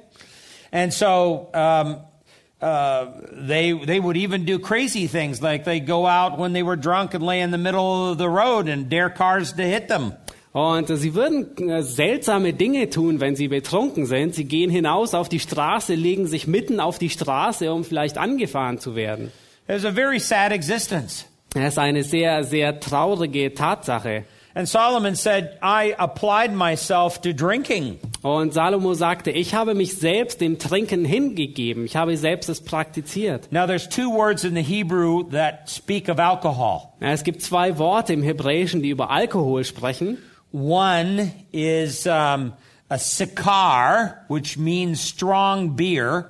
A: And so, um, uh, they they would even do crazy things like they go out when they were drunk and lay in the middle of the road and dare cars to hit them.
B: Und äh, sie würden äh, seltsame Dinge tun, wenn sie betrunken sind. Sie gehen hinaus auf die Straße, legen sich mitten auf die Straße, um vielleicht angefahren zu werden.
A: It was a very sad existence.
B: Das ist eine sehr, sehr traurige Tatsache.
A: And Solomon said, I applied myself to drinking.
B: Und Salomo sagte, ich habe mich selbst dem Trinken hingegeben. Ich habe selbst es praktiziert.
A: Now, there's two words in the Hebrew that speak of alcohol.
B: Ja, Es gibt zwei Worte im Hebräischen, die über Alkohol sprechen.
A: One is um, a sikar, which means strong beer.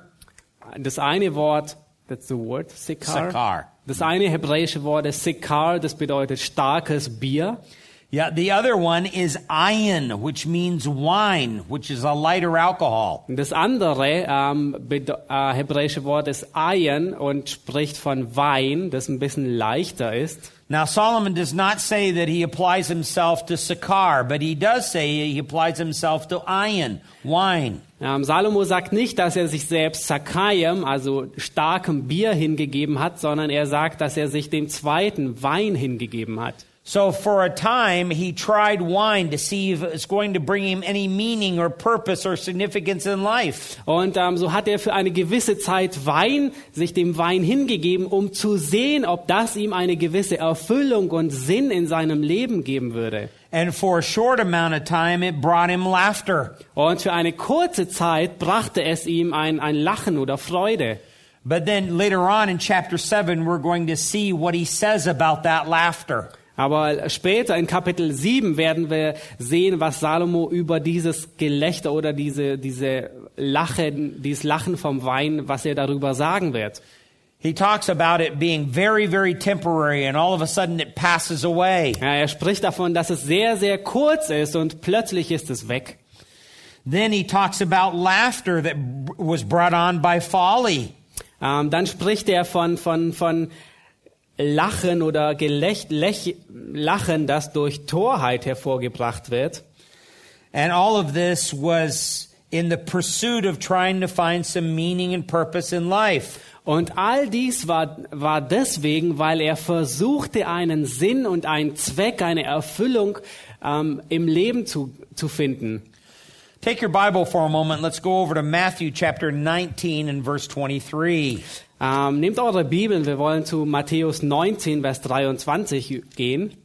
B: Das eine Wort, that's the word, Sikar.
A: Sikar.
B: Das eine hebräische Wort ist Sikar, das bedeutet starkes Bier.
A: Yeah, the other one is ayin, which means wine, which is a lighter alcohol.
B: Und Das andere ähm, bede- äh, hebräische Wort ist Ayen und spricht von Wein, das ein bisschen leichter ist.
A: Now, Solomon does not say that he applies himself to sikar, but he does say he applies himself to ayin, wine.
B: Ähm, Salomo sagt nicht, dass er sich selbst Sakayim, also starkem Bier, hingegeben hat, sondern er sagt, dass er sich dem zweiten Wein hingegeben hat.
A: So for a time, he tried wine to see if it's going to bring him any meaning or purpose or significance in life.
B: Und ähm, so hat er für eine gewisse Zeit Wein, sich dem Wein hingegeben, um zu sehen, ob das ihm eine gewisse Erfüllung und Sinn in seinem Leben geben würde.
A: And for a short amount of time, it brought him laughter.
B: Und für eine kurze Zeit brachte es ihm ein, ein Lachen oder Freude.
A: But then later on in chapter 7, we're going to see what he says about that laughter.
B: Aber später in Kapitel 7 werden wir sehen, was Salomo über dieses Gelächter oder diese, diese Lachen, dieses Lachen vom Wein, was er darüber sagen wird.
A: He talks about it being very, very temporary and all of a sudden it passes away.
B: Ja, er spricht davon, dass es sehr, sehr kurz ist und plötzlich ist es weg.
A: Then he talks about laughter that b- was brought on by folly.
B: Ähm, dann spricht er von, von, von Lachen oder Gelech Lech Lachen, das durch Torheit hervorgebracht wird.
A: And all of this was in the pursuit of trying to find some meaning and purpose in life.
B: Und all dies war, war deswegen, weil er versuchte, einen Sinn und einen Zweck, eine Erfüllung ähm, im Leben zu, zu finden.
A: Take your Bible for a moment. Let's go over to Matthew chapter 19 and verse 23.
B: Ähm, nehmt eure Bibeln, wir wollen zu Matthäus 19, Vers 23 gehen.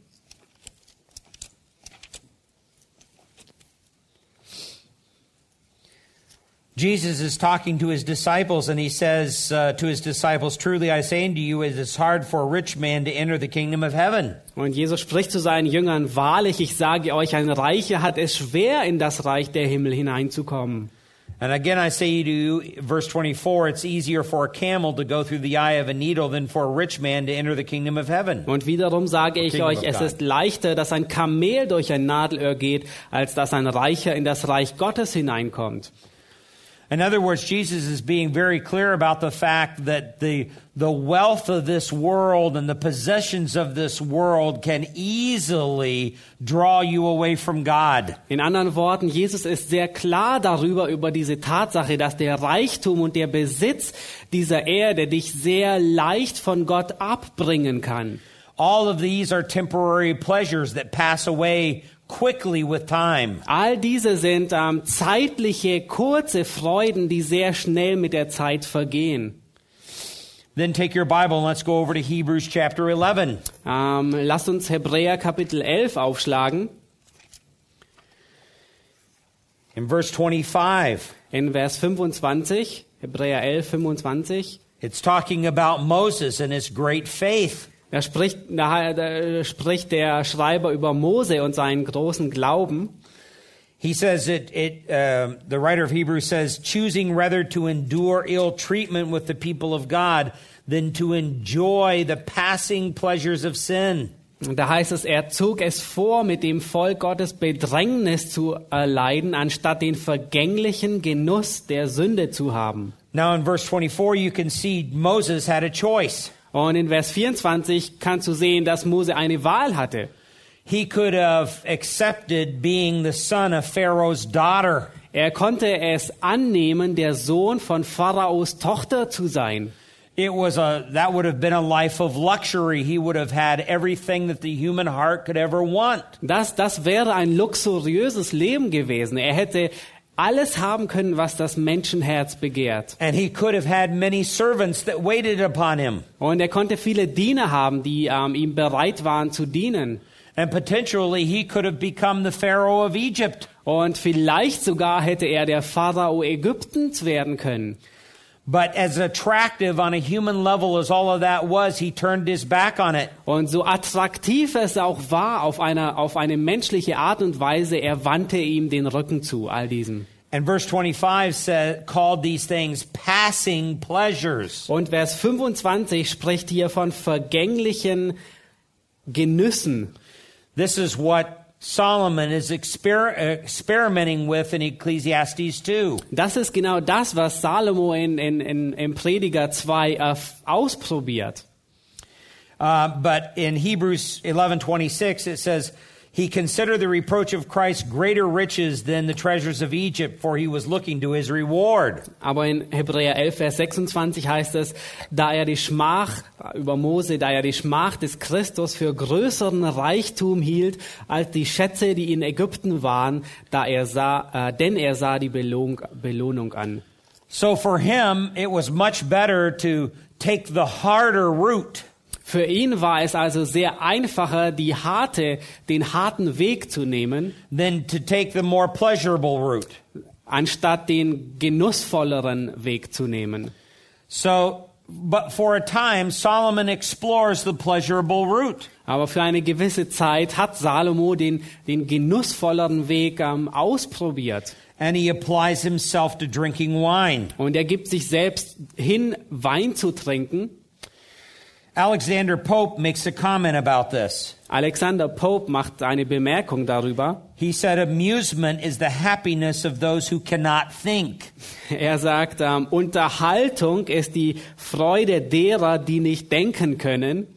A: Jesus is talking to his disciples, and he says uh, to his disciples, Truly I say unto you, it is hard for a rich man to enter the kingdom of heaven.
B: Und Jesus spricht zu seinen Jüngern, wahrlich, ich sage euch, ein Reicher hat es schwer, in das Reich der Himmel hineinzukommen.
A: And again I say to you, verse 24, it's easier for a camel to go through the eye of a needle than for a rich man to enter the kingdom of heaven.
B: Und wiederum sage ich
A: Kingdom
B: euch,
A: of
B: es
A: God.
B: ist leichter, dass ein Kamel durch ein Nadelöhr geht, als dass ein Reicher in das Reich Gottes hineinkommt.
A: In other words, Jesus is being very clear about the fact that the, the wealth of this world and the possessions of this world can easily draw you away from God.
B: In anderen Worten, Jesus ist sehr klar darüber, über diese Tatsache, dass der Reichtum und der Besitz dieser Erde dich sehr leicht von Gott abbringen kann.
A: All of these are temporary pleasures that pass away quickly with time.
B: All diese sind ähm, zeitliche, kurze Freuden, die sehr schnell mit der Zeit vergehen.
A: Then take your Bible and let's go over to Hebrews chapter 11.
B: Ähm, lasst uns Hebräer Kapitel 11 aufschlagen,
A: In verse 25,
B: in Vers 25, Hebräer 11, 25.
A: it's talking about Moses and his great faith.
B: Da spricht, da, da spricht der Schreiber über Mose und seinen großen Glauben.
A: He says it, it um the writer of Hebrews says, choosing rather to endure ill treatment with the people of God than to enjoy the passing pleasures of sin.
B: Und da heißt es, er zog es vor, mit dem Volk Gottes Bedrängnis zu erleiden, anstatt den vergänglichen Genuss der Sünde zu haben.
A: Now in verse 24, you can see Moses had a choice.
B: Und in Vers 24 kannst du sehen, dass Mose eine Wahl hatte.
A: He could have accepted being the son of Pharaoh's daughter.
B: Er konnte es annehmen, der Sohn von Pharaos Tochter zu sein.
A: It was a that would have been a life of luxury. He would have had everything that the human heart could ever want.
B: Das, das wäre ein luxuriöses Leben gewesen. Er hätte alles haben können, was das Menschenherz begehrt.
A: And he could have had many servants that waited upon him.
B: Und er konnte viele Diener haben, die ähm, ihm bereit waren zu dienen.
A: And potentially he could have become the Pharaoh of Egypt.
B: Und vielleicht sogar hätte er der Pharao Ägyptens werden können.
A: But as attractive on a human level as all of that was, he turned his back on it.
B: Und so attraktiv es auch war, auf, einer, auf eine menschliche Art und Weise, er wandte ihm den Rücken zu, all diesem.
A: And verse 25 said, called these things passing pleasures.
B: Und Vers 25 spricht hier von vergänglichen Genüssen.
A: This is what Solomon is exper- experimenting with in Ecclesiastes 2.
B: Das ist genau das, was Salomo in, in, in, im Prediger 2 erf- ausprobiert.
A: Uh, but in Hebrews 11:26 it says he considered the reproach of Christ greater riches than the treasures of Egypt for he was looking to his reward.
B: Aber in Hebräer 11, Vers 26 heißt es, da er die Schmach äh, über Mose, da er die Schmach des Christus für größeren Reichtum hielt als die Schätze, die in Ägypten waren, da er sah, äh, denn er sah die Belohnung, Belohnung an.
A: So for him it was much better to take the harder route
B: Für ihn war es also sehr einfacher, die harte, den harten Weg zu nehmen,
A: than to take the more pleasurable route.
B: anstatt den genussvolleren Weg zu nehmen.
A: So but for a time Solomon explores the pleasurable route.
B: Aber für eine gewisse Zeit hat Salomo den, den genussvolleren Weg ähm, ausprobiert.
A: And he applies himself to drinking wine.
B: Und er gibt sich selbst hin, Wein zu trinken.
A: Alexander Pope makes a comment about this.
B: Alexander Pope macht eine Bemerkung darüber.
A: He said, Amusement is the happiness of those who cannot think.
B: Er sagt, ähm, Unterhaltung ist die Freude derer, die nicht denken können.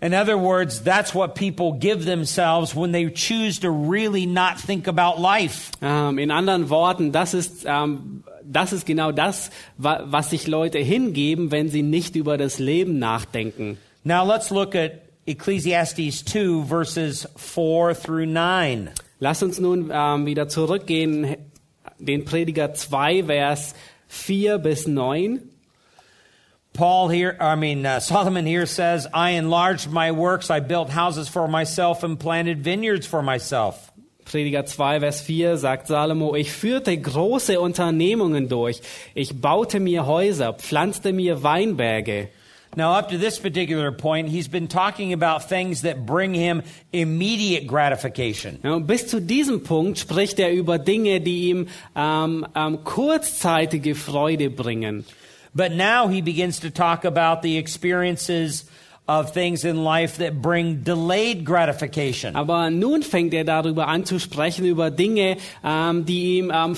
A: In other words, that's what people give themselves when they choose to really not think about life.
B: Ähm, in anderen Worten, das ist, ähm, das ist genau das, wa was sich Leute hingeben, wenn sie nicht über das Leben nachdenken.
A: Now let's look at Ecclesiastes 2, verses 4 through 9.
B: Lass uns nun ähm, wieder zurückgehen, den Prediger 2, Vers 4 bis 9.
A: Paul here, I mean, uh, Solomon here says, I enlarged my works, I built houses for myself and planted vineyards for myself.
B: Prediger 2, Vers 4 sagt Salomo, ich führte große Unternehmungen durch. Ich baute mir Häuser, pflanzte mir Weinberge.
A: Now, up to this particular point, he's been talking about things that bring him immediate gratification.
B: Ja, und bis zu diesem Punkt spricht er über Dinge, die ihm ähm, ähm, kurzzeitige Freude bringen.
A: But now he begins to talk about the experiences of things in life that bring delayed gratification.
B: Aber nun fängt er darüber an zu sprechen, über Dinge, ähm, die ihm ähm,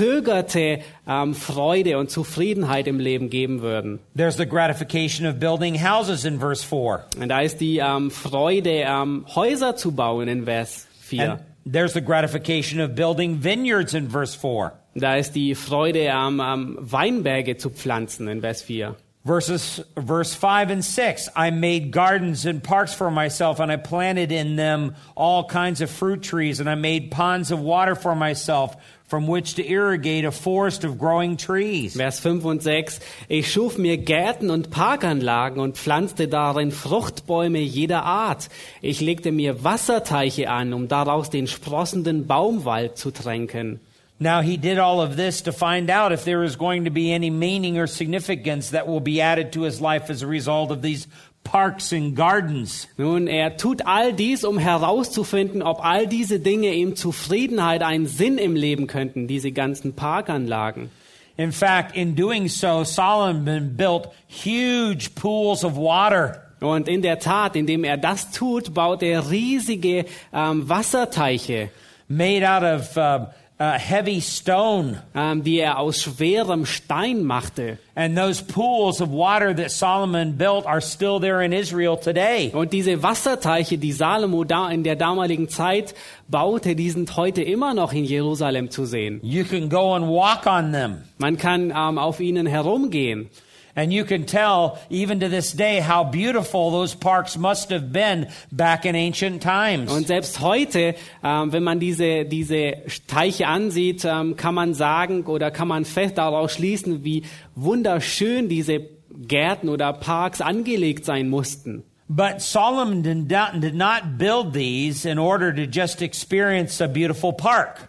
B: verzögerte ähm, Freude und Zufriedenheit im Leben geben würden.
A: There's the gratification of building houses in verse 4.
B: Und da ist die ähm, Freude, ähm, Häuser zu bauen in Vers 4.
A: And there's the gratification of building vineyards in verse 4.
B: Da ist die Freude, am am Weinberge zu pflanzen in Vers 4.
A: Verses, verse 5 and 6 I made gardens and parks for myself, and I planted in them all kinds of fruit trees, and I made ponds of water for myself from which to irrigate a forest of growing trees.
B: Vers 5 und 6. Ich schuf mir Gärten und Parkanlagen und pflanzte darin Fruchtbäume jeder Art. Ich legte mir Wasserteiche an, um daraus den sprossenden Baumwald zu tränken.
A: Now, he did all of this to find out if there is going to be any meaning or significance that will be added to his life as a result of these parks and gardens.
B: Nun, er tut all dies, um herauszufinden, ob all diese Dinge ihm Zufriedenheit, einen Sinn im Leben könnten, diese ganzen Parkanlagen.
A: In fact, in doing so, Solomon built huge pools of water.
B: Und in der Tat, indem er das tut, baut er riesige ähm, Wasserteiche,
A: made out of uh, uh, heavy stone.
B: ähm, die er aus schwerem Stein machte.
A: And those pools of water that Solomon built are still there in Israel today.
B: Und diese Wasserteiche, die Salomo da in der damaligen Zeit baute, die sind heute immer noch in Jerusalem zu sehen.
A: You can go and walk on them.
B: Man kann ähm, auf ihnen herumgehen.
A: And you can tell, even to this day, how beautiful those parks must have been back in ancient
B: Und
A: times.
B: selbst heute, ähm, wenn man diese, diese Teiche ansieht, ähm, kann man sagen oder kann man fest daraus schließen, wie wunderschön diese Gärten oder Parks angelegt sein mussten.
A: But Solomon did not, did not build these in order to just experience a beautiful park.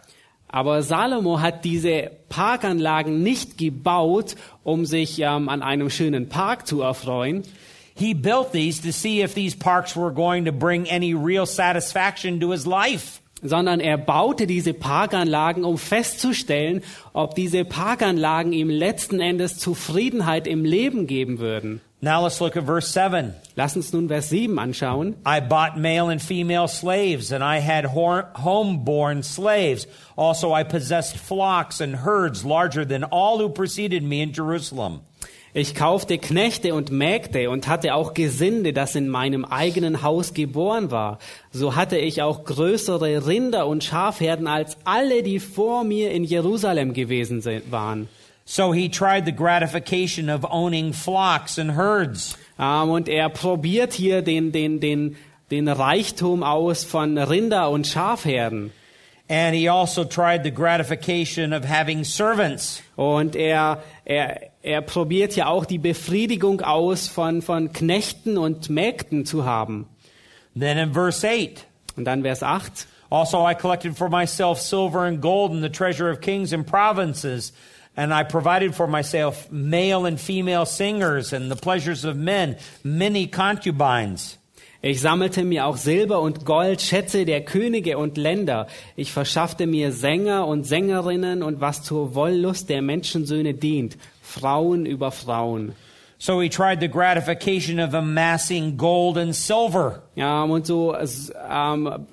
B: Aber Salomo hat diese Parkanlagen nicht gebaut, um sich ähm, an einem schönen Park zu erfreuen,
A: He built these to see if these parks were going to bring any real satisfaction to his life.
B: sondern er baute diese Parkanlagen, um festzustellen, ob diese Parkanlagen ihm letzten Endes Zufriedenheit im Leben geben würden.
A: Now let's look at verse 7.
B: Lass uns nun Vers 7 anschauen.
A: I bought male and female slaves, and I had hor- homeborn slaves. Also, I possessed flocks and herds larger than all who preceded me in Jerusalem.
B: Ich kaufte Knechte und Mägde und hatte auch Gesinde, das in meinem eigenen Haus geboren war. So hatte ich auch größere Rinder und Schafherden als alle, die vor mir in Jerusalem gewesen sind, waren.
A: So he tried the gratification of owning flocks and herds.
B: Ähm, und er probiert hier den, den, den, den Reichtum aus von Rinder und Schafherden.
A: And he also tried the gratification of having servants.
B: Und er, er, er probiert ja auch die Befriedigung aus von, von Knechten und Mägden zu haben.
A: Then in verse 8,
B: Und dann Vers 8.
A: also I collected for myself silver and gold and the treasure of kings and provinces. And I provided for myself male and female singers and the pleasures of men, many concubines.
B: Ich sammelte mir auch Silber und Gold, Schätze der Könige und Länder. Ich verschaffte mir Sänger und Sängerinnen und was zur Wollust der Menschensöhne dient, Frauen über Frauen.
A: So he tried the gratification of amassing gold and silver.
B: Ja, und so s- ähm,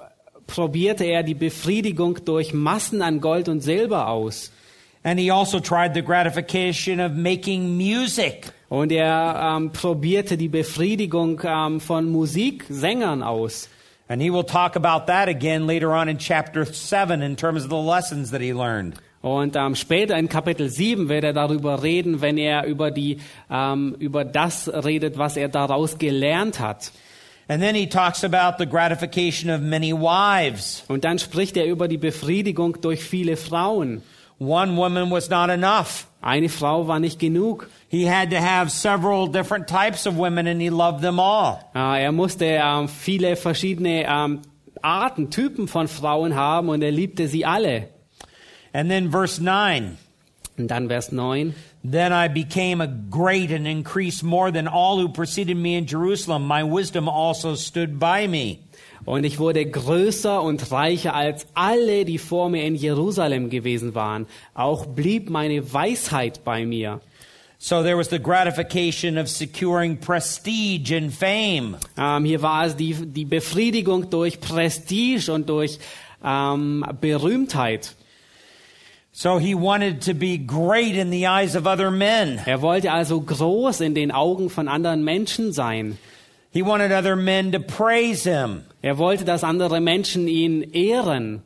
B: probierte er die Befriedigung durch Massen an Gold und Silber aus.
A: And he also tried the gratification of making music.
B: Und er ähm, probierte die Befriedigung ähm, von Musiksängern aus.
A: And he will talk about that again later on in chapter 7 in terms of the lessons that he learned.
B: Und ähm, später in Kapitel 7 wird er darüber reden, wenn er über, die, ähm, über das redet, was er daraus gelernt hat.
A: And then he talks about the gratification of many wives.
B: Und dann spricht er über die Befriedigung durch viele Frauen.
A: One woman was not enough.
B: Eine Frau war nicht genug.
A: He had to have several different types of women and he loved them all.
B: Äh, er musste ähm, viele verschiedene ähm, Arten, Typen von Frauen haben und er liebte sie alle.
A: And then verse 9.
B: Und dann Vers 9.
A: Then I became a great and increased more than all who preceded me in Jerusalem. My wisdom also stood by me.
B: Und ich wurde größer und reicher als alle, die vor mir in Jerusalem gewesen waren. Auch blieb meine Weisheit bei mir.
A: So there was the gratification of securing prestige and fame.
B: Ähm, hier war es die, die Befriedigung durch Prestige und durch ähm, Berühmtheit.
A: So he wanted to be great in the eyes of other men.
B: Er wollte also groß in den Augen von anderen Menschen sein.
A: He wanted other men to praise him.
B: Er wollte, dass andere Menschen ihn ehren.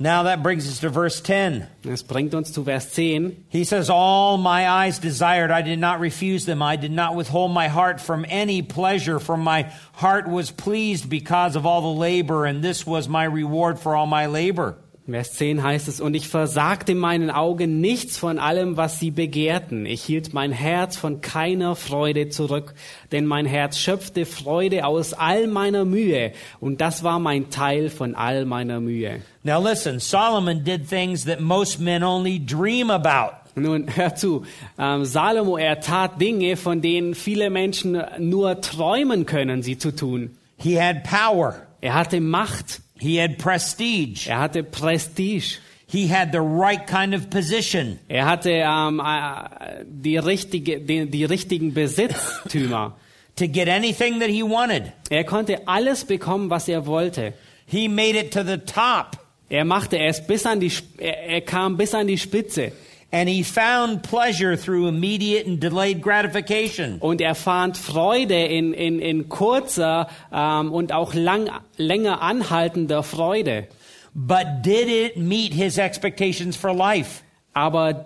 A: Now that brings us to verse 10.
B: Das bringt uns zu Vers 10.
A: He says, All my eyes desired, I did not refuse them. I did not withhold my heart from any pleasure, for my heart was pleased because of all the labor, and this was my reward for all my labor.
B: Vers 10 heißt es, und ich versagte meinen Augen nichts von allem, was sie begehrten. Ich hielt mein Herz von keiner Freude zurück, denn mein Herz schöpfte Freude aus all meiner Mühe, und das war mein Teil von all meiner Mühe.
A: Now listen, Solomon did things that most men only dream about.
B: Nun, (laughs) hör zu, ähm, Salomo, er tat Dinge, von denen viele Menschen nur träumen können, sie zu tun.
A: He had power,
B: Er hatte Macht,
A: he had prestige,
B: er hatte Prestige,
A: he had the right kind of position.
B: er hatte ähm, äh, die, richtige, die, die richtigen Besitztümer.
A: to get anything that he wanted.
B: Er konnte alles bekommen, was er wollte.
A: He made it to the top
B: Er machte es bis an die, Sp- er, er kam bis an die Spitze
A: and he found pleasure through immediate and delayed gratification.
B: und er fand Freude in, in, in kurzer ähm, und auch lang, länger anhaltender Freude.
A: But did it meet his expectations for life?
B: Aber,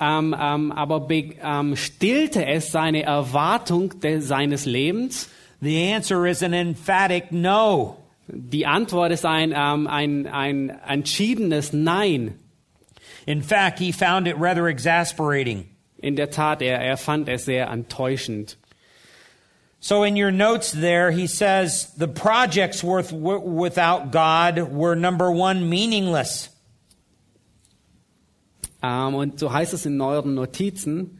B: ähm, ähm, aber be, ähm, stillte es seine Erwartung de, seines Lebens?
A: The answer is an emphatic no.
B: Die Antwort ist ein, ähm, ein, ein entschiedenes Nein.
A: In fact, he found it rather exasperating.
B: In der Tat, er, er fand es sehr enttäuschend.
A: So in your notes there, he says the projects worth w- without God were number one, meaningless.
B: Ähm, und so heißt es in neueren Notizen.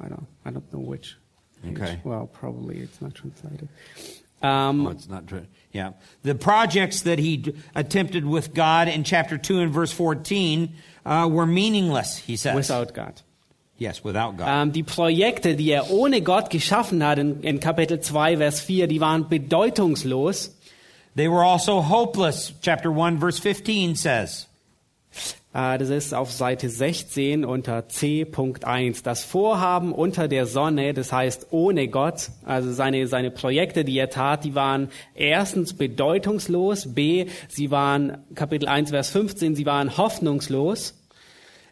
B: I don't, I don't know which.
A: Okay.
B: Well, probably it's not translated. Ähm,
A: Oh, it's not true. Yeah. The projects that he d- attempted with God in chapter 2 and verse 14 uh, were meaningless, he says.
B: without God.
A: Yes, without God.
B: Ähm, die Projekte, die er ohne Gott geschaffen hat, in, in Kapitel 2, Vers 4, die waren bedeutungslos.
A: they were also hopeless, chapter 1, verse 15 says.
B: Äh, das ist auf Seite 16 unter C.1. Das Vorhaben unter der Sonne, das heißt ohne Gott, also seine, seine Projekte, die er tat, die waren erstens bedeutungslos, b, sie waren, Kapitel 1, Vers 15, sie waren hoffnungslos.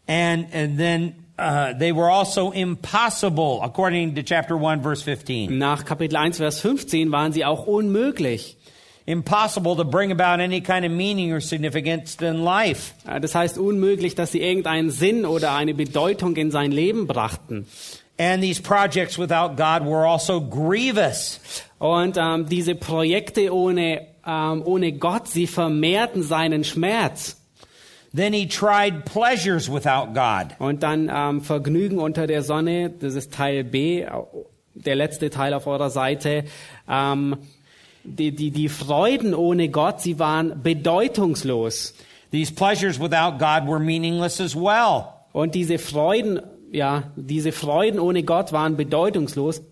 A: And, and then uh, they were also impossible, according to chapter 1, verse 15.
B: Nach Kapitel 1, Vers 15 waren sie auch unmöglich.
A: Impossible to bring about any kind of meaning or significance in life.
B: Äh, Das heißt unmöglich, dass sie irgendeinen Sinn oder eine Bedeutung in sein Leben brachten.
A: And these projects without God were also grievous.
B: Und ähm, diese Projekte ohne, ähm, ohne Gott, sie vermehrten seinen Schmerz.
A: Then he tried pleasures without God.
B: Und dann ähm, Vergnügen unter der Sonne, das ist Teil B, äh, der letzte Teil auf eurer Seite. Ähm, die, die, die Freuden ohne Gott, sie waren bedeutungslos.
A: These pleasures without God were meaningless as well.
B: Und diese Freuden, ja, diese Freuden ohne Gott waren bedeutungslos.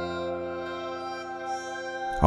C: E